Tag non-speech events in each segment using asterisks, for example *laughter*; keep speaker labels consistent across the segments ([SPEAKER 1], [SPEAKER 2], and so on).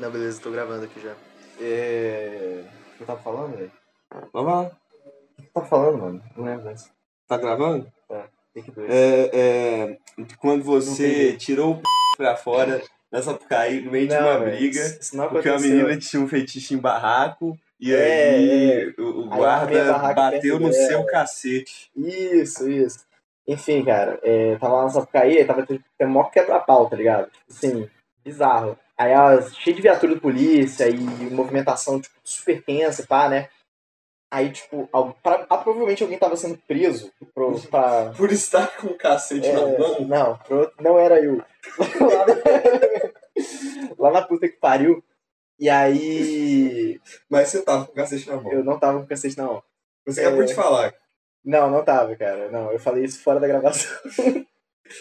[SPEAKER 1] Não, beleza, tô gravando aqui já.
[SPEAKER 2] É... O que eu tava falando, velho? Vamos lá. O que eu tava falando, mano?
[SPEAKER 1] Não lembro mais.
[SPEAKER 2] Tá gravando?
[SPEAKER 1] Take 2.
[SPEAKER 2] É, é...
[SPEAKER 1] Não
[SPEAKER 2] Quando você
[SPEAKER 1] entendi.
[SPEAKER 2] tirou o p pra fora nessa Sapucaí no meio de uma briga,
[SPEAKER 1] Isso não
[SPEAKER 2] porque uma
[SPEAKER 1] aconteceu.
[SPEAKER 2] menina tinha um feitiço em barraco, e
[SPEAKER 1] É,
[SPEAKER 2] aí o o
[SPEAKER 1] Aí eu armei a
[SPEAKER 2] guarda
[SPEAKER 1] barraca
[SPEAKER 2] bateu
[SPEAKER 1] perto
[SPEAKER 2] no
[SPEAKER 1] dela.
[SPEAKER 2] seu cacete.
[SPEAKER 1] Isso, isso. Enfim, cara, é, tava lá na Sapucaí, aí tava tendo tendo mó quebra-pau, tá ligado? Assim, bizarro. Aí, ó, cheio de viatura da polícia e movimentação, tipo, super tensa e pá, né? Aí, tipo, al- pra- ah, provavelmente alguém tava sendo preso pro, pra...
[SPEAKER 2] Por estar com o cacete
[SPEAKER 1] É, não, pro- não era eu. *laughs* Lá na- Lá na puta que pariu. E aí.
[SPEAKER 2] mas você tava com o cacete na
[SPEAKER 1] Eu é. não tava com cacete na mão.
[SPEAKER 2] Você
[SPEAKER 1] acabou de
[SPEAKER 2] falar. *laughs*
[SPEAKER 1] Não, não tava, cara. Não, eu falei isso fora da gravação.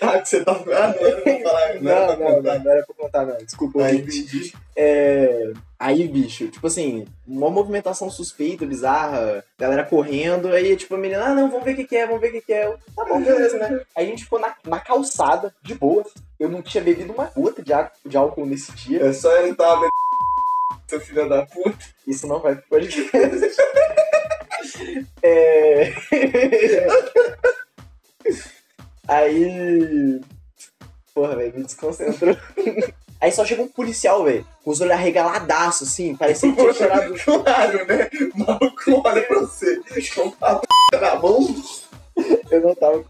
[SPEAKER 2] Ah, que você tava... Ah, não era pra falar.
[SPEAKER 1] *laughs* Não, não, não, não era pra contar, não. Desculpa,
[SPEAKER 2] Aí,
[SPEAKER 1] ouvinte. É, aí, bicho, tipo assim, uma movimentação suspeita, bizarra, galera correndo, aí, tipo, a menina, ah, não, vamos ver o que, que é, vamos ver o que, que é. Eu, tá bom, beleza, né? Aí a gente ficou na, na calçada, de boa. Eu não tinha bebido uma gota de, á- de álcool nesse dia.
[SPEAKER 2] É só ele tava... *laughs* Seu filho da puta.
[SPEAKER 1] Isso não vai pro podcast. *laughs* é... *laughs* aí. Porra, velho, me desconcentrou. Aí só chegou um policial, velho, com os olhos arregaladaços, assim, parecia que tinha cheirado
[SPEAKER 2] Claro, né? O maluco olha pra você com a p na mão.
[SPEAKER 1] Eu não tava.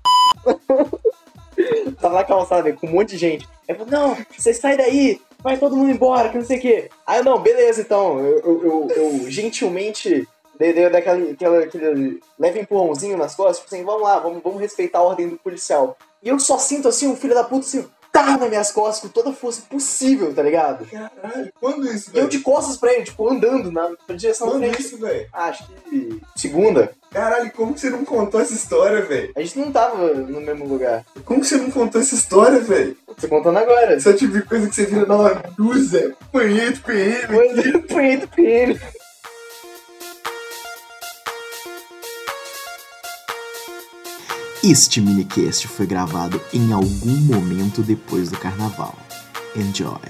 [SPEAKER 1] *laughs* tava na calçada, velho, com um monte de gente. Aí falou, não, vocês saem daí, vai todo mundo embora, que não sei o quê. Aí eu, não, beleza então. Eu, eu, eu- eu gentilmente dei, dei daquela, aquela, aquele leve empurrãozinho nas costas, tipo assim, vamos lá, vamos, vamos respeitar a ordem do policial. E eu só sinto assim, um filho da puta assim, tá nas minhas costas com toda a força possível, tá ligado?
[SPEAKER 2] Caralho, quando isso,
[SPEAKER 1] E eu
[SPEAKER 2] velho?
[SPEAKER 1] de costas pra ele, tipo, andando na pra direção da
[SPEAKER 2] Quando
[SPEAKER 1] frente.
[SPEAKER 2] isso, velho?
[SPEAKER 1] Acho que segunda.
[SPEAKER 2] Caralho, como que você não contou essa história, velho?
[SPEAKER 1] A gente não tava no mesmo lugar.
[SPEAKER 2] Como que você não contou essa história, velho? é
[SPEAKER 1] Tô contando agora.
[SPEAKER 2] Só tive tipo coisa que você vira na Lanusa, punheta, PM.
[SPEAKER 1] Pois é, punheta PM.
[SPEAKER 3] Este minicast foi gravado em algum momento depois do carnaval. Enjoy!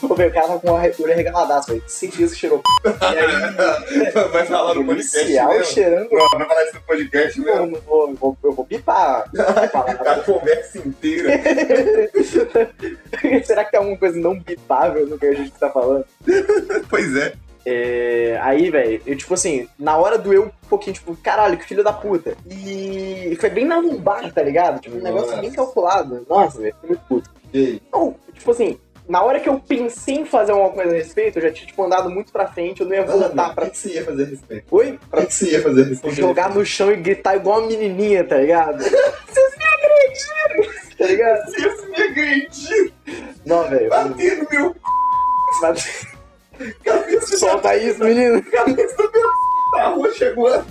[SPEAKER 1] Pô, velho, o cara tava com uma orelha regaladaço, velho. Cinco dias que
[SPEAKER 2] *laughs*
[SPEAKER 1] cheirou. p***. E aí,
[SPEAKER 2] Vai falar É, tá no podcast né? É.
[SPEAKER 1] policial
[SPEAKER 2] mesmo?
[SPEAKER 1] cheirando.
[SPEAKER 2] Não, Vai falar isso no podcast
[SPEAKER 1] Eu,
[SPEAKER 2] mesmo?
[SPEAKER 1] não vou, eu, vou, eu vou pipar. a palavra.
[SPEAKER 2] A conversa inteira.
[SPEAKER 1] *laughs* Será que tem alguma coisa não pipável no que a gente tá falando?
[SPEAKER 2] Pois é.
[SPEAKER 1] É, aí, velho, eu, tipo assim, na hora doeu um pouquinho, tipo, caralho, que filho da puta. E foi bem na lombar, tá ligado? Tipo, um negócio
[SPEAKER 2] Nossa.
[SPEAKER 1] bem calculado. Nossa, velho, fiquei muito puto.
[SPEAKER 2] E aí?
[SPEAKER 1] Não, tipo assim, na hora que eu pensei em fazer alguma coisa a respeito, eu já tinha, tipo, andado muito pra frente, eu não ia voltar
[SPEAKER 2] O
[SPEAKER 1] pra...
[SPEAKER 2] que que você ia fazer a respeito?
[SPEAKER 1] Oi?
[SPEAKER 2] O que que você ia fazer a respeito?
[SPEAKER 1] né? jogar no chão e gritar igual uma menininha, tá ligado? Vocês me agrediram! Tá ligado?
[SPEAKER 2] Vocês me agrediram,
[SPEAKER 1] Não, velho.
[SPEAKER 2] bater no meu
[SPEAKER 1] mas-
[SPEAKER 2] cabeça já
[SPEAKER 1] Solta isso, menino.
[SPEAKER 2] cabeça do meu tá roxa agora.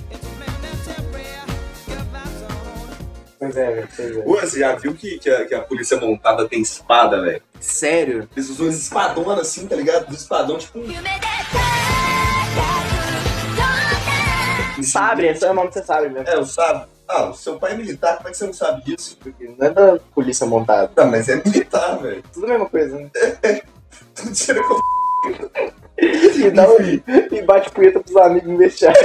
[SPEAKER 1] Pois é, velho. Pois é.
[SPEAKER 2] Você já viu que, que, a, que a polícia montada tem espada, velho?
[SPEAKER 1] Sério?
[SPEAKER 2] Eles usam umas espadonas assim, tá ligado? Do espadão, tipo um.
[SPEAKER 1] Sabre, esse é o nome que você sabe mesmo.
[SPEAKER 2] É, eu sabe. Ah, o seu pai é militar, como é que você não sabe disso?
[SPEAKER 1] Não é da polícia montada.
[SPEAKER 2] Tá, mas é militar, velho. *laughs*
[SPEAKER 1] Tudo a mesma coisa, né?
[SPEAKER 2] Tu tira com
[SPEAKER 1] E, dá um- e bate punheta pros amigos no vestiário. *laughs*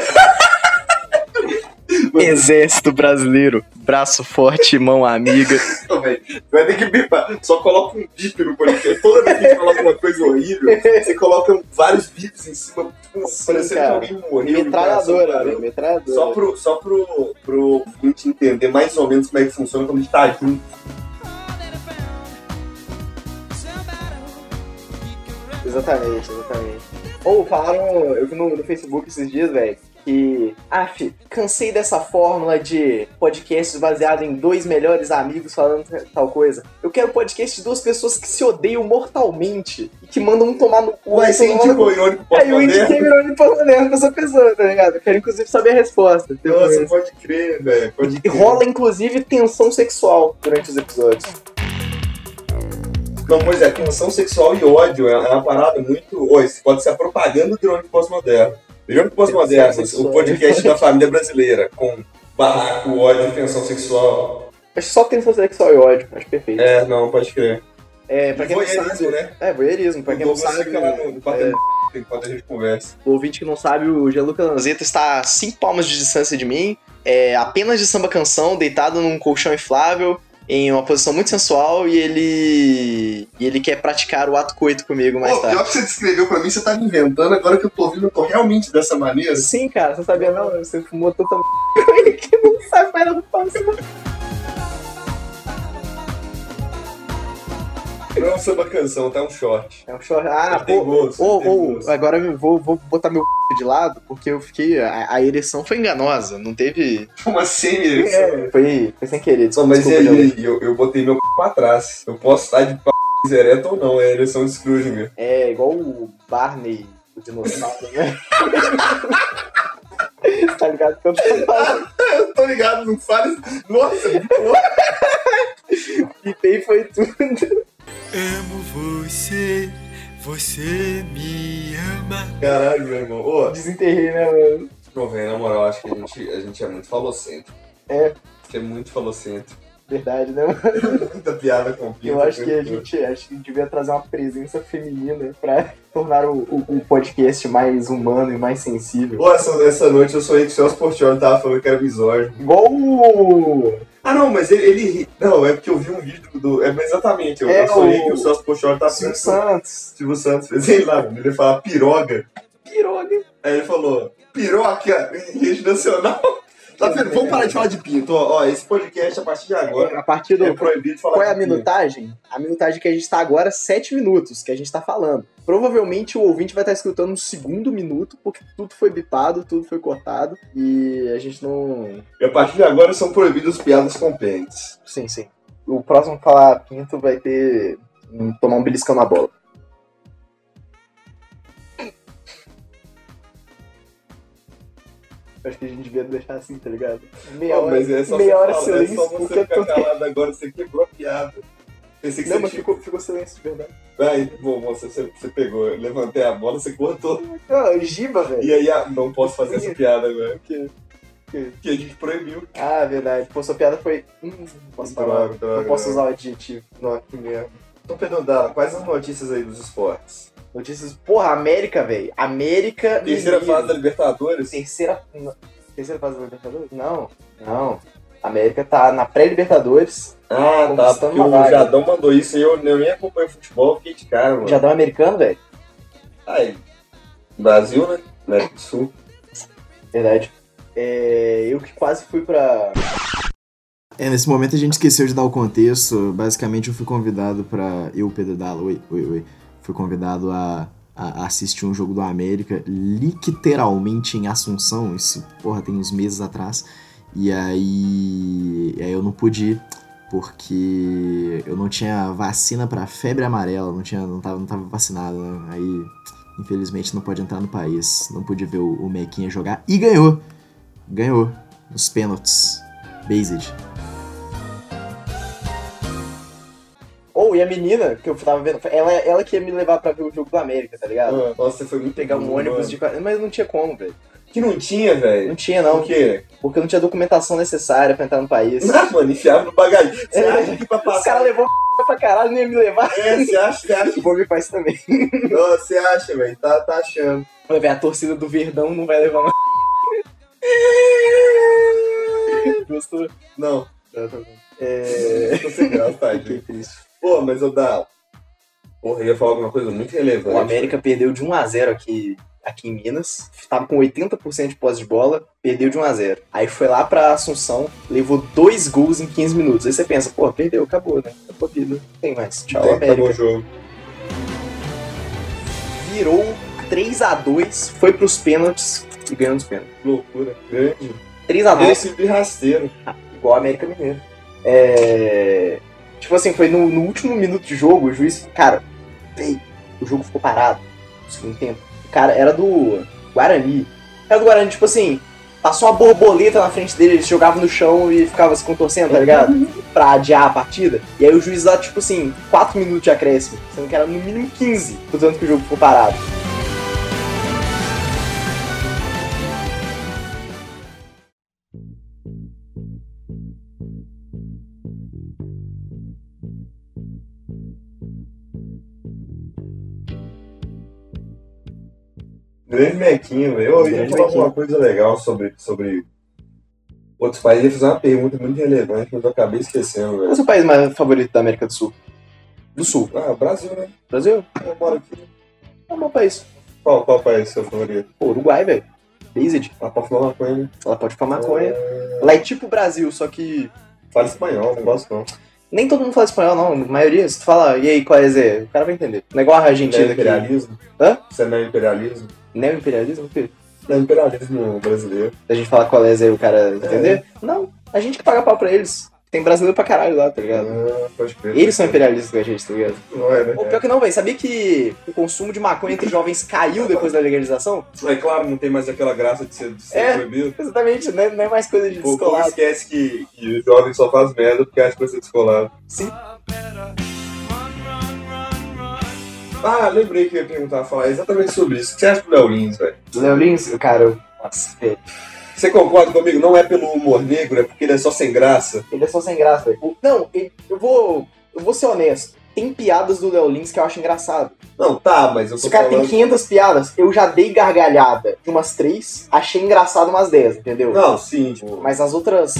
[SPEAKER 1] Exército Brasileiro. Braço forte, mão amiga.
[SPEAKER 2] isso, velho. Tu Vai ter que bipar. Só coloca um bip no podcast. Toda vez que a gente coloca uma coisa horrível, você coloca vários bips em cima, tipo,
[SPEAKER 1] Sim,
[SPEAKER 2] parecendo
[SPEAKER 1] cara. né?
[SPEAKER 2] que alguém morreu. e o coração
[SPEAKER 1] Metralhadora,
[SPEAKER 2] parou.
[SPEAKER 1] velho. Metralhadora.
[SPEAKER 2] Só pro, só pro, pro gente entender mais ou menos como é que funciona quando a gente tá junto.
[SPEAKER 1] Exatamente, exatamente. Ou falaram, eu vi no, no Facebook esses dias, velho, que. Aff, cansei dessa fórmula de podcasts baseado em dois melhores amigos falando tal coisa. Eu quero podcast de duas pessoas que se odeiam mortalmente e que mandam um tomar no cu.
[SPEAKER 2] Ué, tipo, você
[SPEAKER 1] tomar no cu. É,
[SPEAKER 2] indicou irônico
[SPEAKER 1] Aí eu
[SPEAKER 2] pós-moderno?
[SPEAKER 1] indiquei Mirone Pamonero pra essa pessoa, tá ligado? Eu quero inclusive saber a resposta. depois.
[SPEAKER 2] Nossa, pode crer, velho. Pode
[SPEAKER 1] E
[SPEAKER 2] crer.
[SPEAKER 1] rola inclusive tensão sexual durante os episódios.
[SPEAKER 2] Não, pois é, tensão sexual e ódio é é uma parada muito. Ou isso pode ser a propaganda do irônico pós-moderno. Irônico pós-moderno,
[SPEAKER 1] Tensão
[SPEAKER 2] o
[SPEAKER 1] *laughs* sexual.
[SPEAKER 2] podcast da família brasileira, com barraco, ódio e tensão sexual.
[SPEAKER 1] Acho que só tensão sexual e ódio, acho perfeito.
[SPEAKER 2] É, não, pode crer.
[SPEAKER 1] É, pra quem não
[SPEAKER 2] Voyeurismo,
[SPEAKER 1] sabe.
[SPEAKER 2] né?
[SPEAKER 1] É, voyeurismo, pra
[SPEAKER 2] Pra
[SPEAKER 1] quem não
[SPEAKER 2] sabe,
[SPEAKER 1] sabe.
[SPEAKER 2] fica lá no quarto
[SPEAKER 1] é,
[SPEAKER 2] é. enquanto a gente conversa.
[SPEAKER 1] O ouvinte que não sabe, o Gianluca Lanzetta está a 5 palmas de distância de mim, é, apenas de samba canção, deitado num colchão inflável, em uma posição muito sensual, e ele. e ele quer praticar o ato coito comigo mais
[SPEAKER 2] Pô, pior
[SPEAKER 1] tarde.
[SPEAKER 2] que você descreveu pra mim, você tá me inventando, agora que eu tô ouvindo, eu tô realmente dessa maneira.
[SPEAKER 1] Sim, cara, você sabia não? Você fumou tanta m- que não sabe mais nada do palco.
[SPEAKER 2] Não é um samba canção, tá um short.
[SPEAKER 1] É um chorro. Ah,
[SPEAKER 2] Não tem
[SPEAKER 1] pô.
[SPEAKER 2] gosto, não
[SPEAKER 1] Ou,
[SPEAKER 2] tem
[SPEAKER 1] ou,
[SPEAKER 2] gosto.
[SPEAKER 1] agora eu vou, vou botar meu c- de lado, porque eu fiquei. A, a ereção foi enganosa, não teve.
[SPEAKER 2] Uma semi
[SPEAKER 1] É. Foi, foi sem querer,
[SPEAKER 2] Só,
[SPEAKER 1] desculpa.
[SPEAKER 2] mas e
[SPEAKER 1] desculpa, Gianluca.
[SPEAKER 2] aí, eu, eu botei meu c pra trás. Eu posso estar de p ereto ou não, é ereção de Scrooge mesmo.
[SPEAKER 1] É igual o Barney, o dinossauro, né? *laughs* tá ligado? Tanto que eu falo.
[SPEAKER 2] Eu tô ligado, não fala. Nossa, muito louco.
[SPEAKER 1] Pipei foi tudo.
[SPEAKER 4] Amo você, você me ama.
[SPEAKER 2] Caralho, meu irmão. Ô,
[SPEAKER 1] Desenterrei, né, mano?
[SPEAKER 2] não, velho, na moral, acho que a gente, a gente é muito falocêntrico.
[SPEAKER 1] É.
[SPEAKER 2] A gente é muito falocêntrico.
[SPEAKER 1] Verdade, né, mano?
[SPEAKER 2] Muita piada com pinto,
[SPEAKER 1] Eu acho que a
[SPEAKER 2] meu
[SPEAKER 1] gente, acho que devia trazer uma presença feminina pra tornar o, o- o podcast mais humano e mais sensível.
[SPEAKER 2] Pô, essa, essa noite eu sonhei que o Celso Portiolli tava falando que era misógino.
[SPEAKER 1] Igual o.
[SPEAKER 2] Ah, não, mas ele, ele ri- Não, é porque eu vi um vídeo do... É exatamente, eu,
[SPEAKER 1] É,
[SPEAKER 2] eu sonhei
[SPEAKER 1] o-
[SPEAKER 2] que o Celso Portiolli tava
[SPEAKER 1] Silvio
[SPEAKER 2] falando...
[SPEAKER 1] Santos.
[SPEAKER 2] Silvio Santos fez ele lá, ele fala piroga.
[SPEAKER 1] Piroga.
[SPEAKER 2] Aí ele falou, piroca em rede
[SPEAKER 1] *laughs*
[SPEAKER 2] nacional. Tá vendo? Vamos parar de falar de pinto. Ó, ó, esse podcast, a partir de agora,
[SPEAKER 1] A partir do.
[SPEAKER 2] é proibido falar
[SPEAKER 1] Qual é a
[SPEAKER 2] de pinto.
[SPEAKER 1] minutagem? A minutagem que a gente tá agora, 7 minutos que a gente tá falando. Provavelmente o ouvinte vai estar escutando no segundo minuto, porque tudo foi bipado, tudo foi cortado, e a gente não.
[SPEAKER 2] E a partir de agora são proibidas piadas com pênis.
[SPEAKER 1] Sim, sim. O próximo que falar pinto vai ter. um- tomar um beliscão na bola. Acho que a gente devia deixar assim, tá ligado? Meia
[SPEAKER 2] Não,
[SPEAKER 1] hora,
[SPEAKER 2] mas é só
[SPEAKER 1] meia
[SPEAKER 2] você
[SPEAKER 1] hora
[SPEAKER 2] falar,
[SPEAKER 1] silêncio,
[SPEAKER 2] é só você
[SPEAKER 1] porque
[SPEAKER 2] ficar
[SPEAKER 1] tudo.
[SPEAKER 2] calado agora, você quebrou a piada. Pensei que
[SPEAKER 1] Não,
[SPEAKER 2] você
[SPEAKER 1] mas
[SPEAKER 2] tinha...
[SPEAKER 1] ficou, ficou silêncio de verdade.
[SPEAKER 2] Aí, bom, você, você, você pegou, eu levantei a bola, você cortou.
[SPEAKER 1] Ah, Giba, velho.
[SPEAKER 2] E aí, ah, não posso fazer essa piada agora,
[SPEAKER 1] Que- que-
[SPEAKER 2] porque a gente proibiu.
[SPEAKER 1] Ah, verdade. Pô, sua piada foi. Hum, não posso
[SPEAKER 2] Droga,
[SPEAKER 1] falar.
[SPEAKER 2] droga,
[SPEAKER 1] não posso
[SPEAKER 2] droga.
[SPEAKER 1] usar o adjetivo.
[SPEAKER 2] Não, que merda. Então, Pedro Dalla, quais as notícias aí dos esportes?
[SPEAKER 1] Notícias. Porra, América, velho. América.
[SPEAKER 2] Terceira
[SPEAKER 1] Mineiro.
[SPEAKER 2] fase da Libertadores?
[SPEAKER 1] Terceira. não. Terceira fase da Libertadores? Não, não. América tá na pré-Libertadores.
[SPEAKER 2] Ah, tá,
[SPEAKER 1] Conquistando
[SPEAKER 2] porque
[SPEAKER 1] uma
[SPEAKER 2] o
[SPEAKER 1] vaga.
[SPEAKER 2] Jadão mandou isso e eu, eu nem acompanho futebol, fiquei de cara, mano.
[SPEAKER 1] Já dá um americano, velho.
[SPEAKER 2] Aí, Brasil, né? América do Sul.
[SPEAKER 1] Verdade. É, eu que quase fui pra.
[SPEAKER 3] É, nesse momento a gente esqueceu de dar o contexto. Basicamente, eu fui convidado pra. Eu, Pedro Dalla, oi, oi, oi. Fui convidado a, a assistir um jogo do América, literalmente em Assunção, isso, porra, tem uns meses atrás. E aí. E aí eu não pude ir, porque eu não tinha vacina pra febre amarela, não, tinha, não, tava, não tava vacinado, né? Aí, infelizmente, não pode entrar no país. Não pude ver o, o Mequinha jogar e ganhou! Ganhou, nos pênaltis. Based.
[SPEAKER 1] Ou, Oh, e a menina que eu tava vendo, ela, ela que ia me levar pra ver o jogo do América, tá ligado?
[SPEAKER 2] Ah, Nossa, você foi muito
[SPEAKER 1] Pegar um
[SPEAKER 2] burro,
[SPEAKER 1] ônibus
[SPEAKER 2] mano.
[SPEAKER 1] de. quar- Mas não tinha como, velho.
[SPEAKER 2] Que não tinha,
[SPEAKER 1] Não
[SPEAKER 2] velho.
[SPEAKER 1] tinha,
[SPEAKER 2] Não,
[SPEAKER 1] não.
[SPEAKER 2] o quê?
[SPEAKER 1] Porque não tinha documentação necessária pra entrar no país.
[SPEAKER 2] Ah, mano, enfiava no bagagem. Você
[SPEAKER 1] É.
[SPEAKER 2] acha que
[SPEAKER 1] *laughs*
[SPEAKER 2] pra
[SPEAKER 1] Os caras
[SPEAKER 2] passar...
[SPEAKER 1] levou *laughs* a pra caralho, nem ia me levar.
[SPEAKER 2] É, você acha, você acha.
[SPEAKER 1] Vou me faz também.
[SPEAKER 2] Não, você acha, velho. Tá, tá achando.
[SPEAKER 1] Olha, velho, a torcida do Verdão não vai levar *laughs* uma. Gostou?
[SPEAKER 2] Não,
[SPEAKER 1] Tá, É.
[SPEAKER 2] eu tô sem graça,
[SPEAKER 1] Fiquei
[SPEAKER 2] tadinho.
[SPEAKER 1] triste.
[SPEAKER 2] Pô, mas eu dá... Porra, eu ia falar alguma coisa muito relevante.
[SPEAKER 1] O América perdeu de 1x0 aqui, aqui em Minas. Tava com 80% de posse de bola, perdeu de 1x0. Aí foi lá pra Assunção, levou dois gols em 15 minutos. Aí você pensa, pô, perdeu, acabou, né? Acabou a vida. Não tem mais. Tchau,
[SPEAKER 2] Tem que acabar
[SPEAKER 1] América.
[SPEAKER 2] o jogo.
[SPEAKER 1] Virou 3x2, foi pros pênaltis e ganhou nos pênaltis.
[SPEAKER 2] Loucura. Grande.
[SPEAKER 1] 3x2
[SPEAKER 2] Esse de rasteiro.
[SPEAKER 1] igual a América Mineiro. É... Tipo assim, foi no, no último minuto de jogo, o juiz, cara, pei, o jogo ficou parado no segundo tempo. O cara era do Guarani. Era do Guarani, tipo assim, passou uma borboleta na frente dele, ele jogava no chão e ficava se contorcendo, tá ligado? Pra adiar a partida. E aí o juiz lá, tipo assim, 4 minutos de acréscimo, sendo que era no mínimo 15, do tanto que o jogo ficou parado.
[SPEAKER 2] Grande Mequinho, velho. Eu ia
[SPEAKER 1] Grande
[SPEAKER 2] falar
[SPEAKER 1] Mequinho.
[SPEAKER 2] uma coisa legal sobre, sobre outros países. Eu ia fazer uma pergunta muito relevante, mas eu acabei esquecendo,
[SPEAKER 1] Qual é o
[SPEAKER 2] velho.
[SPEAKER 1] seu país mais favorito da América do Sul? Do Sul.
[SPEAKER 2] Ah, Brasil, né?
[SPEAKER 1] Brasil?
[SPEAKER 2] Eu moro aqui.
[SPEAKER 1] É um bom país.
[SPEAKER 2] Qual, qual país é seu favorito?
[SPEAKER 1] Pô, Uruguai, velho. Based.
[SPEAKER 2] Ah, pra fumar maconha, né?
[SPEAKER 1] Ela pode ficar maconha. Lá é tipo o Brasil, só que
[SPEAKER 2] Fala espanhol, não gosto não.
[SPEAKER 1] nem todo mundo fala espanhol, não. A maioria, se tu fala, e aí, qual é, Zé? O cara vai entender. Não é igual a
[SPEAKER 2] Não é
[SPEAKER 1] Argentina que...
[SPEAKER 2] imperialismo?
[SPEAKER 1] Hã?
[SPEAKER 2] Você não é imperialismo?
[SPEAKER 1] Neo-imperialismo, filho?
[SPEAKER 2] Não é imperialismo brasileiro.
[SPEAKER 1] Da gente falar qual é, Zé, e o cara entender? Não. A gente que paga pau pra eles. Tem brasileiro pra caralho lá, tá ligado?
[SPEAKER 2] Ah, pode crer.
[SPEAKER 1] Eles são imperialistas com a gente, tá ligado?
[SPEAKER 2] Não é, né?
[SPEAKER 1] Ou pior que não, velho. Sabia que o consumo de maconha entre jovens caiu depois da legalização?
[SPEAKER 2] É claro, não tem mais aquela graça de ser, de ser
[SPEAKER 1] É.
[SPEAKER 2] proibido.
[SPEAKER 1] Exatamente, né? não é mais coisa de
[SPEAKER 2] O povo
[SPEAKER 1] descolado.
[SPEAKER 2] esquece que, que o jovem só faz merda porque acha que vai ser descolado.
[SPEAKER 1] Sim.
[SPEAKER 2] Ah, lembrei que eu ia perguntar, falar exatamente sobre isso. O que você acha do Léo Lins, velho?
[SPEAKER 1] Léo Lins, cara, eu- nossa, velho.
[SPEAKER 2] Você concorda comigo? Não é pelo humor negro, é porque ele é só sem graça.
[SPEAKER 1] Ele é só sem graça, velho. O- Não, ele- eu vou. Eu vou ser honesto. Tem piadas do Léo Lins que eu acho engraçado.
[SPEAKER 2] Não, tá, mas eu
[SPEAKER 1] Se
[SPEAKER 2] tô
[SPEAKER 1] o cara tem
[SPEAKER 2] falando...
[SPEAKER 1] 500 piadas, eu já dei gargalhada de umas 3, achei engraçado umas 10, entendeu?
[SPEAKER 2] Não, sim, tipo...
[SPEAKER 1] Mas as outras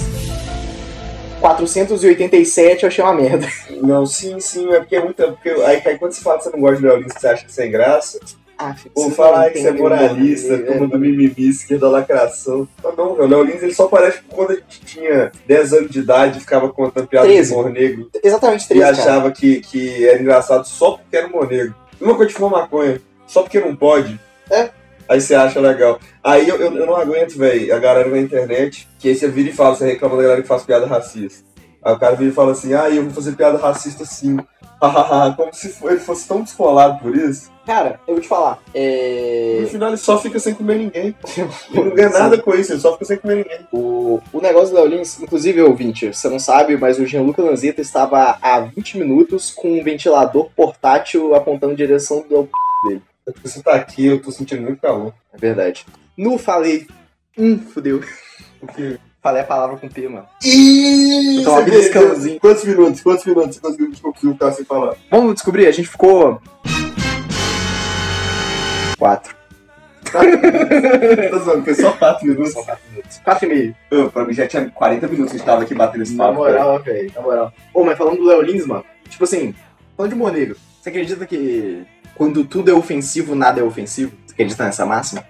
[SPEAKER 1] 487 eu achei uma
[SPEAKER 2] *laughs*
[SPEAKER 1] merda.
[SPEAKER 2] Não, sim, sim, é porque é muita... Porque aí, aí quando você fala que você não gosta do Léo Lins, que você acha sem graça,
[SPEAKER 1] Ah,
[SPEAKER 2] ou
[SPEAKER 1] você não
[SPEAKER 2] fala "Ai, que você é
[SPEAKER 1] entende o humor
[SPEAKER 2] moralista,
[SPEAKER 1] dele,
[SPEAKER 2] turma do mimimi, esquerda lacração. Tá não, velho, o Léo Lins, ele só parece que quando a gente tinha 10 anos de idade e ficava contando piada de
[SPEAKER 1] 13.
[SPEAKER 2] humor negro
[SPEAKER 1] é. Exatamente
[SPEAKER 2] e
[SPEAKER 1] 3, cara.
[SPEAKER 2] achava que, que era engraçado só porque era humor negro. Uma coisa de fumar maconha, só porque não pode.
[SPEAKER 1] É.
[SPEAKER 2] Aí você acha legal. Aí eu, eu, eu não aguento, velho, a galera na internet, que aí você vira e fala, você reclama da galera que faz piada racista. Aí o cara vira e fala assim, ah, eu vou fazer piada racista sim. *laughs* Hahaha, como se fo- ele fosse tão descolado por isso.
[SPEAKER 1] Cara, eu vou te falar.
[SPEAKER 2] No
[SPEAKER 1] É.
[SPEAKER 2] final ele só fica sem comer *laughs* ninguém. Ele não ganha nada com isso, ele só fica sem comer ninguém.
[SPEAKER 1] O, o negócio do Léo Lins, inclusive, ouvinte, você não sabe, mas o Gianluca Lanzetta estava há 20 minutos com um ventilador portátil apontando em direção do.
[SPEAKER 2] É porque Você tá aqui, eu tô sentindo muito calor.
[SPEAKER 1] É verdade. No falei. Hum, fudeu.
[SPEAKER 2] Porque...
[SPEAKER 1] Falei a palavra com P, mano.
[SPEAKER 2] Ih,
[SPEAKER 1] Então, abre esse cãozinho.
[SPEAKER 2] Quantos minutos, quantos minutos você conseguiu conseguiu ficar tá sem *laughs* falar?
[SPEAKER 1] Vamos descobrir, a gente ficou. Quatro.
[SPEAKER 2] Tá zoando, foi só 4 minutos.
[SPEAKER 1] Quatro e meio.
[SPEAKER 2] Eu, pra mim já tinha 40 minutos que a gente tava aqui batendo esse
[SPEAKER 1] Na
[SPEAKER 2] papo. velho.
[SPEAKER 1] moral, velho, na moral. Ô, mas falando do Léo Lins, mano, tipo assim, falando de humor negro, você acredita que quando tudo é ofensivo, nada é ofensivo? Você acredita nessa máxima?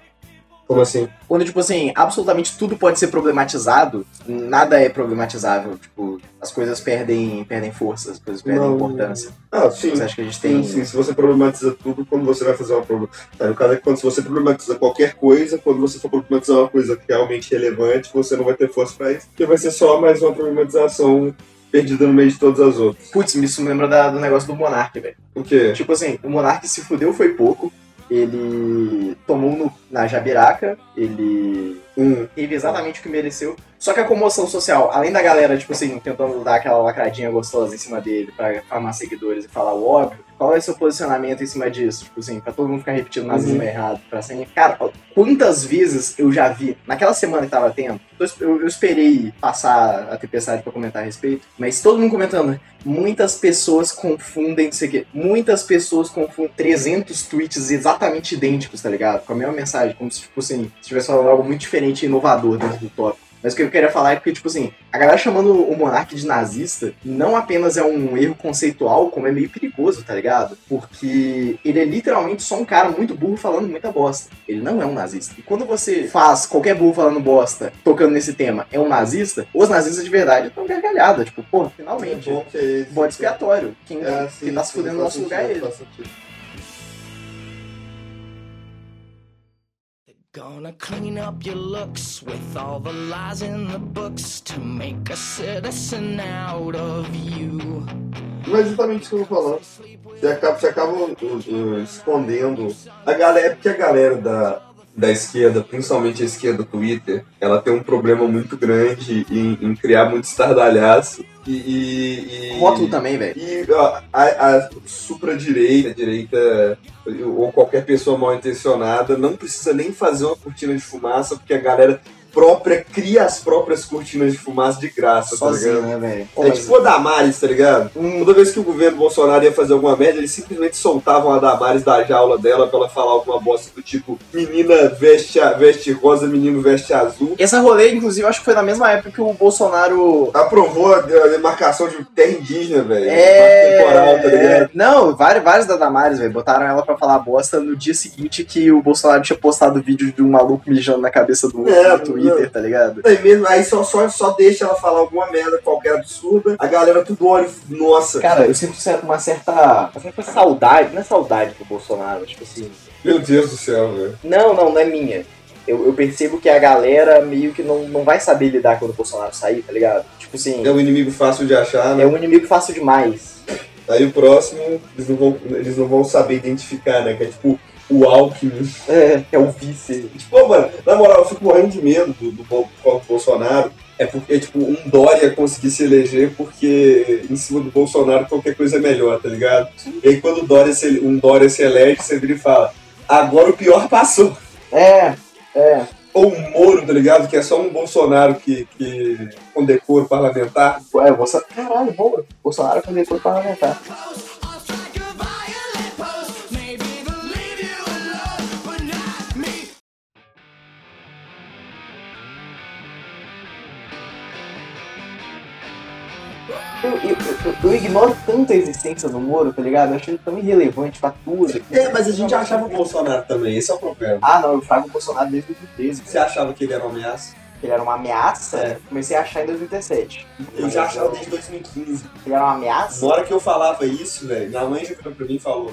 [SPEAKER 2] Como assim?
[SPEAKER 1] quando, tipo assim, absolutamente tudo pode ser problematizado, nada é problematizável. Tipo, as coisas perdem, perdem força, as coisas perdem
[SPEAKER 2] Não.
[SPEAKER 1] importância.
[SPEAKER 2] Ah, sim.
[SPEAKER 1] Você acha que a gente tem.
[SPEAKER 2] Sim, sim, assim, se você problematiza tudo, quando você vai fazer uma problematização. No caso é que quando se você problematiza qualquer coisa, quando você for problematizar uma coisa realmente relevante, você não vai ter força pra isso, porque vai ser só mais uma problematização perdida no meio de todas as outras.
[SPEAKER 1] Putz, isso me lembra da- do negócio do Monark, velho.
[SPEAKER 2] Por quê?
[SPEAKER 1] Tipo assim, o Monark se fudeu foi pouco. Ele tomou no- na jabiraca, ele
[SPEAKER 2] Hum,
[SPEAKER 1] teve exatamente o que mereceu. Só que a comoção social, além da galera, tipo assim, tentando dar aquela lacradinha gostosa em cima dele pra farmar seguidores e falar o óbvio, qual é o seu posicionamento em cima disso? Tipo assim, pra todo mundo ficar repetindo nazismo errado pra sempre. Cara, ó, quantas vezes eu já vi, naquela semana que tava tendo, eu, es- eu- eu esperei passar a tempestade pra comentar a respeito, mas todo mundo comentando, né? muitas pessoas confundem, não sei o quê, muitas pessoas confundem 300 tweets exatamente idênticos, tá ligado? Com a mesma mensagem, como se, tipo assim, estivesse falando algo muito diferente e inovador dentro do tópico. Mas o que eu queria falar é porque, tipo assim, a galera chamando o Monark de nazista não apenas é um erro conceitual, como é meio perigoso, tá ligado? Porque ele é literalmente só um cara muito burro falando muita bosta. Ele não é um nazista. E quando você faz qualquer burro falando bosta, tocando nesse tema, é um nazista, os nazistas de verdade estão gargalhada. Tipo, pô, finalmente.
[SPEAKER 2] que é esse.
[SPEAKER 1] Bode expiatório. Quem,
[SPEAKER 2] É,
[SPEAKER 1] quem tá se fudendo no nosso lugar é ele.
[SPEAKER 5] Gonna clean up your looks with all the lies in the books to make a citizen out of you.
[SPEAKER 2] Não é exatamente isso que eu vou falar. Você acaba, você acaba uh, uh, escondendo. A galera, é porque a galera da, da esquerda, principalmente a esquerda do Twitter, ela tem um problema muito grande em, em criar muito estardalhaço. E. e, e
[SPEAKER 1] Rótulo também, velho.
[SPEAKER 2] e ó, a, a supra-direita, a direita ou qualquer pessoa mal intencionada não precisa nem fazer uma cortina de fumaça, porque a galera própria, cria as próprias cortinas de fumaça de graça, tá
[SPEAKER 3] Sozinho,
[SPEAKER 2] ligado?
[SPEAKER 3] né, velho?
[SPEAKER 2] É tipo a Damares, tá ligado?
[SPEAKER 1] Hum,
[SPEAKER 2] Toda vez que o governo Bolsonaro ia fazer alguma merda, eles simplesmente soltavam a Damares da jaula dela pra ela falar alguma bosta do tipo menina veste, a- veste rosa, menino veste azul.
[SPEAKER 1] essa rolê, inclusive, eu acho que foi na mesma época que o Bolsonaro
[SPEAKER 2] Aprovou a a demarcação de um terra indígena, velho.
[SPEAKER 1] É.
[SPEAKER 2] Marco Temporal, tá ligado?
[SPEAKER 1] Não, vários, vários da Damares, velho. Botaram ela pra falar bosta no dia seguinte que o Bolsonaro tinha postado vídeo de um maluco mijando na cabeça do outro
[SPEAKER 2] É,
[SPEAKER 1] no Twitter, tá ligado?
[SPEAKER 2] Aí mesmo, aí só, só, só deixa ela falar alguma merda qualquer absurda. A galera tudo olha, nossa,
[SPEAKER 1] Cara, eu sinto cer- uma certa. Uma certa saudade. Não é saudade do Bolsonaro, tipo assim.
[SPEAKER 2] meu Deus do céu, né? velho.
[SPEAKER 1] Não, não, não é minha. Eu, eu percebo que a galera meio que não, não vai saber lidar quando o Bolsonaro sair, tá ligado? Tipo assim,
[SPEAKER 2] É um inimigo fácil de achar, né?
[SPEAKER 1] é um inimigo fácil demais.
[SPEAKER 2] Aí o próximo, eles não vão, eles não vão saber identificar, né? Que é tipo o Alckmin.
[SPEAKER 1] É, é o vice.
[SPEAKER 2] Tipo, ô, mano, na moral, eu fico morrendo de medo do, do, Bol- do Bolsonaro. É porque, tipo, um Dória conseguir se eleger porque em cima do Bolsonaro qualquer coisa é melhor, tá ligado? E aí quando o Dória se, um Dória se elege, você vira e fala, agora o pior passou.
[SPEAKER 1] É, é.
[SPEAKER 2] Ou um Moro, tá ligado? Que é só um Bolsonaro que, que condecora o parlamentar.
[SPEAKER 1] É, o Bolsonaro. Caralho, boa. Bolsonaro foi depois parlamentar. Eu, eu- eu- eu ignoro tanto a existência do Moro, tá ligado? Eu acho ele tão irrelevante pra tudo.
[SPEAKER 2] É, mas a gente achava o Bolsonaro também, esse é o problema.
[SPEAKER 1] Ah, não, eu achava o Bolsonaro desde 2013.
[SPEAKER 2] Você
[SPEAKER 1] velho.
[SPEAKER 2] achava que ele era uma ameaça?
[SPEAKER 1] Ele era uma ameaça?
[SPEAKER 2] É.
[SPEAKER 1] Comecei a achar em 2017.
[SPEAKER 2] Eu já achava desde 2015.
[SPEAKER 1] Ele era uma ameaça?
[SPEAKER 2] Na hora que eu falava isso, velho, minha mãe já virou pra mim e falou: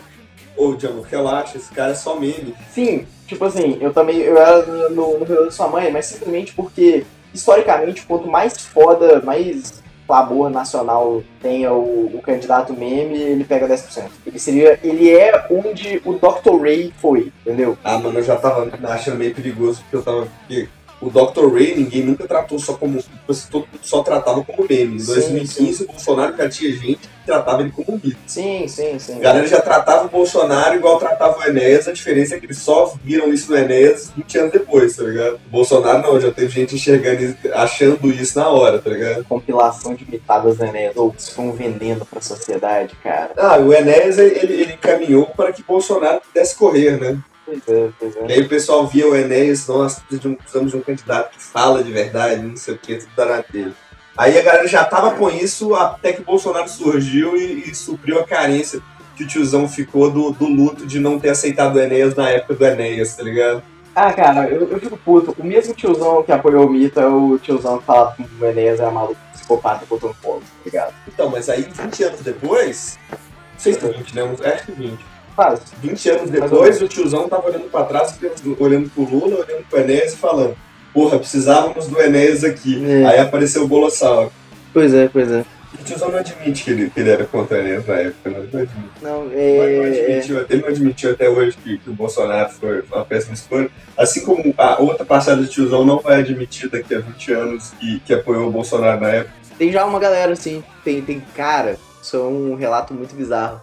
[SPEAKER 2] Ô, Django, relaxa, esse cara é só meme.
[SPEAKER 1] Sim, tipo assim, eu também. Eu era no, no, no relógio da sua mãe, mas simplesmente porque, historicamente, quanto mais foda, mais clamor nacional tenha o, o candidato meme, ele pega 10%. Ele seria. Ele é onde o Dr. Ray foi, entendeu?
[SPEAKER 2] Ah, mano, eu já tava achando meio perigoso, porque eu tava. Porque o Dr. Ray ninguém nunca tratou só como. tipo Só, só tratava como meme. Em
[SPEAKER 1] Sim,
[SPEAKER 2] 2015, o Bolsonaro já tinha gente que tratava ele como mito.
[SPEAKER 1] Sim, sim, sim.
[SPEAKER 2] A galera já tratava o Bolsonaro igual tratava o Enéas, a diferença é que eles só viram isso no Enéas 20 anos depois, tá ligado? O Bolsonaro não, já teve gente enxergando, isso- achando isso na hora, tá ligado?
[SPEAKER 1] compilação de mitadas da Enéas, ou que estão vendendo pra sociedade, cara.
[SPEAKER 2] Ah, o Enéas, ele, ele caminhou para que Bolsonaro pudesse correr, né?
[SPEAKER 1] Pois é, pois
[SPEAKER 2] E
[SPEAKER 1] é.
[SPEAKER 2] aí o pessoal via o Enéas, nossa, precisamos de um, precisamos de um candidato que fala de verdade, não sei o que, tudo tá na telha. Aí a galera já tava com isso até que o Bolsonaro surgiu e, e supriu a carência que o tiozão ficou do, do luto de não ter aceitado o Enéas na época do Enéas, tá ligado?
[SPEAKER 1] Ah, cara, eu, eu fico puto. O mesmo tiozão que apoiou o mito é o tiozão que fala que o Enéas era maluco, psicopata, botando fogo, tá ligado?
[SPEAKER 2] Então, mas aí 20 anos depois, não sei se é 20, né? Acho que 20.
[SPEAKER 1] Faz.
[SPEAKER 2] 20 anos
[SPEAKER 1] Mais
[SPEAKER 2] depois, o tiozão tava olhando pra trás, olhando pro Lula, olhando pro Enéas e falando: Porra, precisávamos do Enéas aqui.
[SPEAKER 1] É.
[SPEAKER 2] Aí apareceu o Bolossauro.
[SPEAKER 1] Pois é, pois é.
[SPEAKER 2] O tiozão não admite que ele, que ele era contra o Enéas na época, né? Não admite.
[SPEAKER 1] Não,
[SPEAKER 2] Mas não
[SPEAKER 1] é.
[SPEAKER 2] admitiu, Ele não admitiu até hoje que, que o Bolsonaro foi uma péssima escolha. Assim como a outra parcela do tiozão não vai admitir daqui a 20 anos que, que apoiou o Bolsonaro na época.
[SPEAKER 1] Tem já uma galera assim, tem, tem cara, isso é um relato muito bizarro,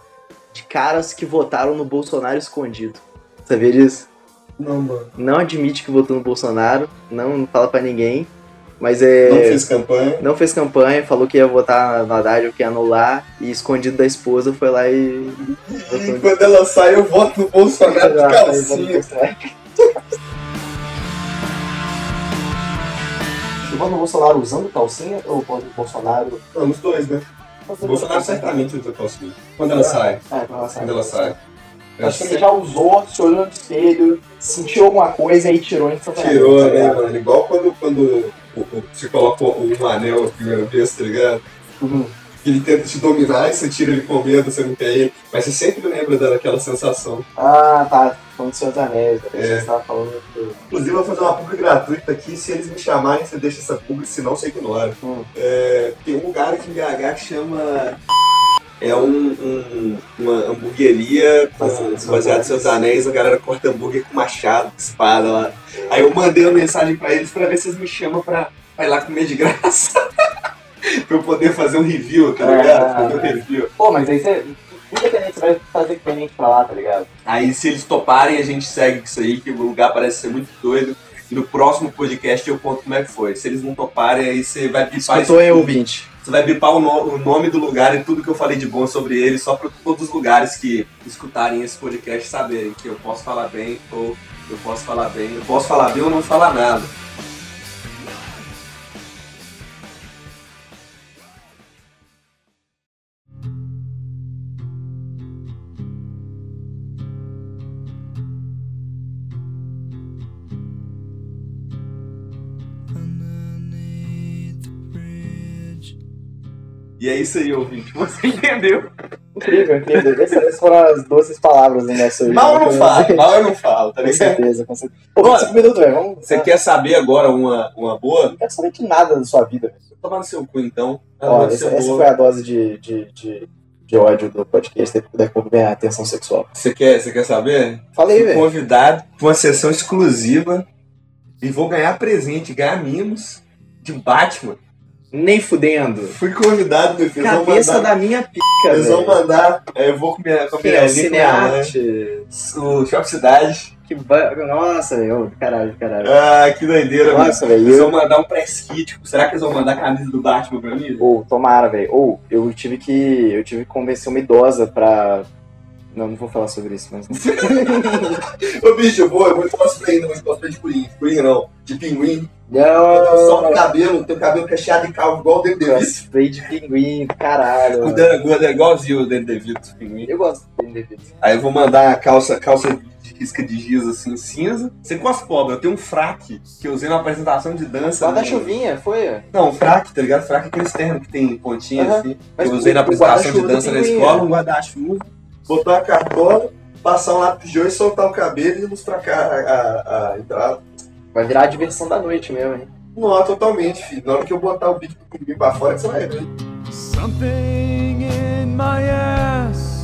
[SPEAKER 1] de caras que votaram no Bolsonaro escondido. Sabia disso?
[SPEAKER 2] Não, mano.
[SPEAKER 1] Não admite que votou no Bolsonaro, não fala pra ninguém, mas é.
[SPEAKER 2] Não fez campanha.
[SPEAKER 1] Não fez campanha, falou que ia votar na Haddad ou que ia anular, e escondido da esposa foi lá e. um
[SPEAKER 2] *laughs* E quando ela sai, eu voto no Bolsonaro de calcinha.
[SPEAKER 1] Chegou no Bolsonaro usando calcinha ou quando o Bolsonaro.
[SPEAKER 2] Não, os dois, né? O Bolsonaro certamente usa calcinha. Quando ela sai.
[SPEAKER 1] É, quando ela sai.
[SPEAKER 2] Quando ela sai. é.
[SPEAKER 1] Acho que ele já usou, se olhou no espelho, sentiu alguma coisa e tirou em
[SPEAKER 2] tirou,
[SPEAKER 1] tá
[SPEAKER 2] né, mano? Igual quando, quando o- o- se coloca um anel a primeira vez, tá ligado?
[SPEAKER 1] Uhum.
[SPEAKER 2] Que ele tenta te dominar e você tira ele com medo, você não quer ele. Mas você sempre lembra daquela sensação.
[SPEAKER 1] Ah, tá. Falando do Senhor dos Anéis, eu
[SPEAKER 2] É.
[SPEAKER 1] você tava falando do.
[SPEAKER 2] Inclusive, eu vou fazer uma publi gratuita aqui. Se eles me chamarem, você deixa essa publi, senão você ignora.
[SPEAKER 1] Hum.
[SPEAKER 2] É, tem um lugar aqui em BH que chama. É um, um- uma hamburgueria com
[SPEAKER 1] Baseado nos
[SPEAKER 2] baseado nos seus anéis. A galera corta hambúrguer com machado, com espada lá. Aí eu mandei uma mensagem pra eles pra ver se eles me chamam pra, pra ir lá comer de graça. *laughs* pra eu poder fazer um review, tá
[SPEAKER 1] Ah.
[SPEAKER 2] ligado? Fazer um review.
[SPEAKER 1] Pô, mas aí você. Independente, você vai fazer cliente pra lá, tá ligado?
[SPEAKER 2] Aí se eles toparem, a gente segue com isso aí, que o lugar parece ser muito doido. E no próximo podcast eu conto como é que foi. Se eles não toparem, aí você vai bipar
[SPEAKER 1] Escutou aí,
[SPEAKER 2] tudo.
[SPEAKER 1] ouvinte.
[SPEAKER 2] Você vai bipar o, no- o nome do lugar e tudo que eu falei de bom sobre ele, só para todos os lugares que escutarem esse podcast saberem que eu posso falar bem ou eu posso falar bem, eu posso falar bem ou não falar nada. E é isso aí, ouvinte. *laughs* Você entendeu?
[SPEAKER 1] Incrível, incrível. Essas essas foram as doces palavras do nosso.
[SPEAKER 2] Mal eu não falo,
[SPEAKER 1] Com
[SPEAKER 2] mal eu não falo, tá ligado?
[SPEAKER 1] certeza, com certeza. Pô, 5 minutos, velho. Vamos.
[SPEAKER 2] Você quer saber agora uma, uma boa?
[SPEAKER 1] Não quero saber de nada da sua vida. velho.
[SPEAKER 2] Vou tomar no seu cu então. Ela
[SPEAKER 1] Ó,
[SPEAKER 2] deve ser
[SPEAKER 1] essa, essa
[SPEAKER 2] boa.
[SPEAKER 1] foi a dose de, de, de, de ódio do podcast, se puder conviver a atenção sexual.
[SPEAKER 2] Você quer, você quer saber?
[SPEAKER 1] Falei,
[SPEAKER 2] Fui
[SPEAKER 1] velho.
[SPEAKER 2] convidado para uma sessão exclusiva e vou ganhar presente, ganhar mimos de Batman.
[SPEAKER 1] Nem fudendo.
[SPEAKER 2] Fui convidado, meu filho.
[SPEAKER 1] Cabeça
[SPEAKER 2] eles vão mandar,
[SPEAKER 1] da minha pica,
[SPEAKER 2] Eles vão
[SPEAKER 1] velho.
[SPEAKER 2] mandar. é, Eu vou com minha com a
[SPEAKER 1] Que é,
[SPEAKER 2] Mirelli, com minha mãe,
[SPEAKER 1] cinearte.
[SPEAKER 2] o Shop Cidade.
[SPEAKER 1] Que ba... Nossa, velho. Caralho, caralho.
[SPEAKER 2] Ah, que doideira, mano.
[SPEAKER 1] Nossa, velho.
[SPEAKER 2] Eles
[SPEAKER 1] eu-
[SPEAKER 2] vão mandar um press kit. Será que eles vão mandar a camisa do Batman pra mim?
[SPEAKER 1] Ou, tomara, velho. Ou, eu tive que. Eu tive que convencer uma idosa pra. Não, não vou falar sobre isso, mas.
[SPEAKER 2] Ô, bicho, eu vou, eu vou de cosplay ainda, vou de cosplay de coringa. Coringa não, de pinguim.
[SPEAKER 1] Não!
[SPEAKER 2] o cabelo, teu cabelo cacheado e calvo, igual o Daredevil.
[SPEAKER 1] Spray de pinguim, caralho.
[SPEAKER 2] O
[SPEAKER 1] mano.
[SPEAKER 2] Dan Gordo é igualzinho o Daredevil, pinguim.
[SPEAKER 1] Eu gosto de indivíduos.
[SPEAKER 2] Aí eu vou mandar a calça, calça de risca de giz assim, cinza. Você com as pobres, eu tenho um fraque que eu usei na apresentação de dança.
[SPEAKER 1] Guarda-chuvinha, foi?
[SPEAKER 2] no- Não, fraque, tá ligado? Fraque é aquele externo que tem pontinha
[SPEAKER 1] Aham.
[SPEAKER 2] assim.
[SPEAKER 1] Mas
[SPEAKER 2] eu usei
[SPEAKER 1] o-
[SPEAKER 2] na
[SPEAKER 1] o
[SPEAKER 2] apresentação de
[SPEAKER 1] um guarda-chuva
[SPEAKER 2] dança
[SPEAKER 1] do
[SPEAKER 2] na
[SPEAKER 1] pinguim,
[SPEAKER 2] escola,
[SPEAKER 1] né?
[SPEAKER 2] um guarda-chuva, botar a cartola, passar um lápis de olho, soltar o cabelo e ilustrar a, a, a entrada.
[SPEAKER 1] é. Vai virar a diversão da noite mesmo, hein?
[SPEAKER 2] Não, é totalmente, filho. Na hora que eu botar o vídeo do pinguim pra fora, que você vai ver.
[SPEAKER 4] Something in my ass.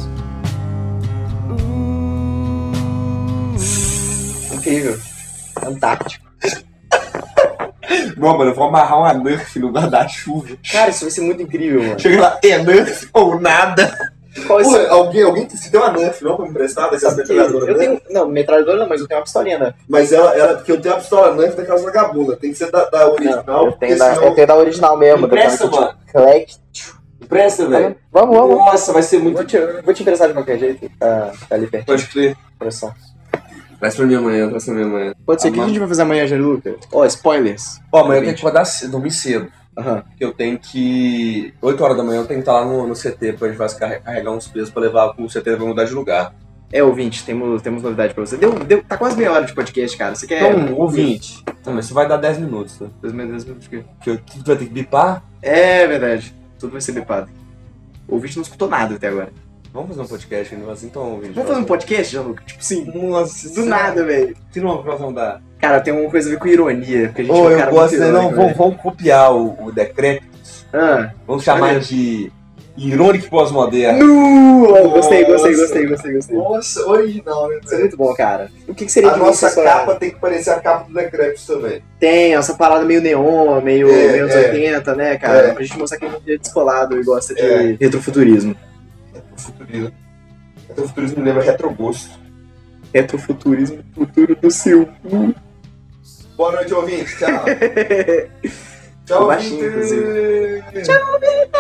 [SPEAKER 1] Incrível. Fantástico.
[SPEAKER 2] Não, mano, eu vou amarrar uma Nerf no guarda-chuva.
[SPEAKER 1] Cara, isso vai ser muito incrível, mano.
[SPEAKER 2] Chega lá, é Nerf ou nada.
[SPEAKER 1] Qual é
[SPEAKER 2] Pô,
[SPEAKER 1] esse...
[SPEAKER 2] alguém, alguém se deu uma Nerf, não, pra me emprestar, dessas
[SPEAKER 1] Sabe que
[SPEAKER 2] metralhadoras
[SPEAKER 1] eu
[SPEAKER 2] Nerf?
[SPEAKER 1] tenho. Não, metralhadora não, mas eu tenho uma pistolinha, né?
[SPEAKER 2] Mas ela, ela, porque eu tenho a pistola Nerf daquelas vagabundas, tem que ser da, da original.
[SPEAKER 1] Não, eu tenho,
[SPEAKER 2] porque
[SPEAKER 1] da,
[SPEAKER 2] senão-
[SPEAKER 1] eu tenho da original mesmo.
[SPEAKER 2] Impressa,
[SPEAKER 1] daquela
[SPEAKER 2] é mano. É.
[SPEAKER 1] que tinha Clec.
[SPEAKER 2] Presta, velho.
[SPEAKER 1] Vamos, vamos.
[SPEAKER 2] Nossa, vai ser muito.
[SPEAKER 1] Vou te, vou te emprestar de qualquer jeito. Ah, tá ali perto
[SPEAKER 2] Pode crer.
[SPEAKER 1] da coração.
[SPEAKER 2] Traz pra minha manhã, traz pra minha manhã.
[SPEAKER 1] Pode ser. O que a
[SPEAKER 2] Amanda.
[SPEAKER 1] gente vai fazer amanhã, Jeruca? Ó, spoilers.
[SPEAKER 2] Ó, amanhã eu tenho que acordar cedo, dormir cedo.
[SPEAKER 1] Aham.
[SPEAKER 2] Porque eu tenho que. 8 horas da manhã eu tenho que estar lá no, no CT pra gente vai se carre- carregar uns pesos pra levar pro CT pra mudar de lugar.
[SPEAKER 1] É, ouvinte, temos, temos novidade pra você. Deu, deu, tá quase meia hora de podcast, cara. Você quer.
[SPEAKER 2] Então, ouvinte. Não, mas isso vai dar 10 minutos, tá?
[SPEAKER 1] Dois meses, dois minutos, que-
[SPEAKER 2] Porque eu- tu vai ter que bipar.
[SPEAKER 1] É verdade. Tudo vai ser bipado. O ouvinte não escutou nada até agora.
[SPEAKER 2] Vamos fazer um podcast ainda, mas então, ouvinte.
[SPEAKER 1] Vamos fazer um podcast, Jean-Luc? Tipo assim,
[SPEAKER 2] Nossa,
[SPEAKER 1] do nada, velho.
[SPEAKER 2] Tira uma provação da.
[SPEAKER 1] Cara, tem uma coisa a ver com ironia, porque a gente
[SPEAKER 2] Ô,
[SPEAKER 1] é um
[SPEAKER 2] eu
[SPEAKER 1] cara
[SPEAKER 2] gosto,
[SPEAKER 1] muito
[SPEAKER 2] né? não,
[SPEAKER 1] irônico,
[SPEAKER 2] vamos, vamos copiar o, o decreto.
[SPEAKER 1] velho. Ah.
[SPEAKER 2] Vamos chamar
[SPEAKER 1] Maneiro.
[SPEAKER 2] de irônico pós-moderno.
[SPEAKER 1] Ah. Nu! Oh, Gostei, gostei,
[SPEAKER 2] Nossa.
[SPEAKER 1] gostei, gostei, gostei.
[SPEAKER 2] Nossa, original, né?
[SPEAKER 1] Isso é muito bom, cara. O que, que seria
[SPEAKER 2] A
[SPEAKER 1] de um mim se
[SPEAKER 2] nossa
[SPEAKER 1] eu só-
[SPEAKER 2] capa tem que parecer a capa do Decreptus também.
[SPEAKER 1] Tem essa parada meio neon, meio
[SPEAKER 2] É,
[SPEAKER 1] meio anos
[SPEAKER 2] é.
[SPEAKER 1] 80, né, cara?
[SPEAKER 2] É.
[SPEAKER 1] Pra gente mostrar que a gente é descolado e gosta de
[SPEAKER 2] É.
[SPEAKER 1] retrofuturismo.
[SPEAKER 2] Futurismo. Retrofuturismo me lembra retrogosto.
[SPEAKER 1] Retrofuturismo, futuro do Sil. *laughs*
[SPEAKER 2] Boa noite, ouvinte. Tchau.
[SPEAKER 1] Tô
[SPEAKER 2] Tchau,
[SPEAKER 1] baixinho,
[SPEAKER 2] ouvinte. Tchau, ouvinte.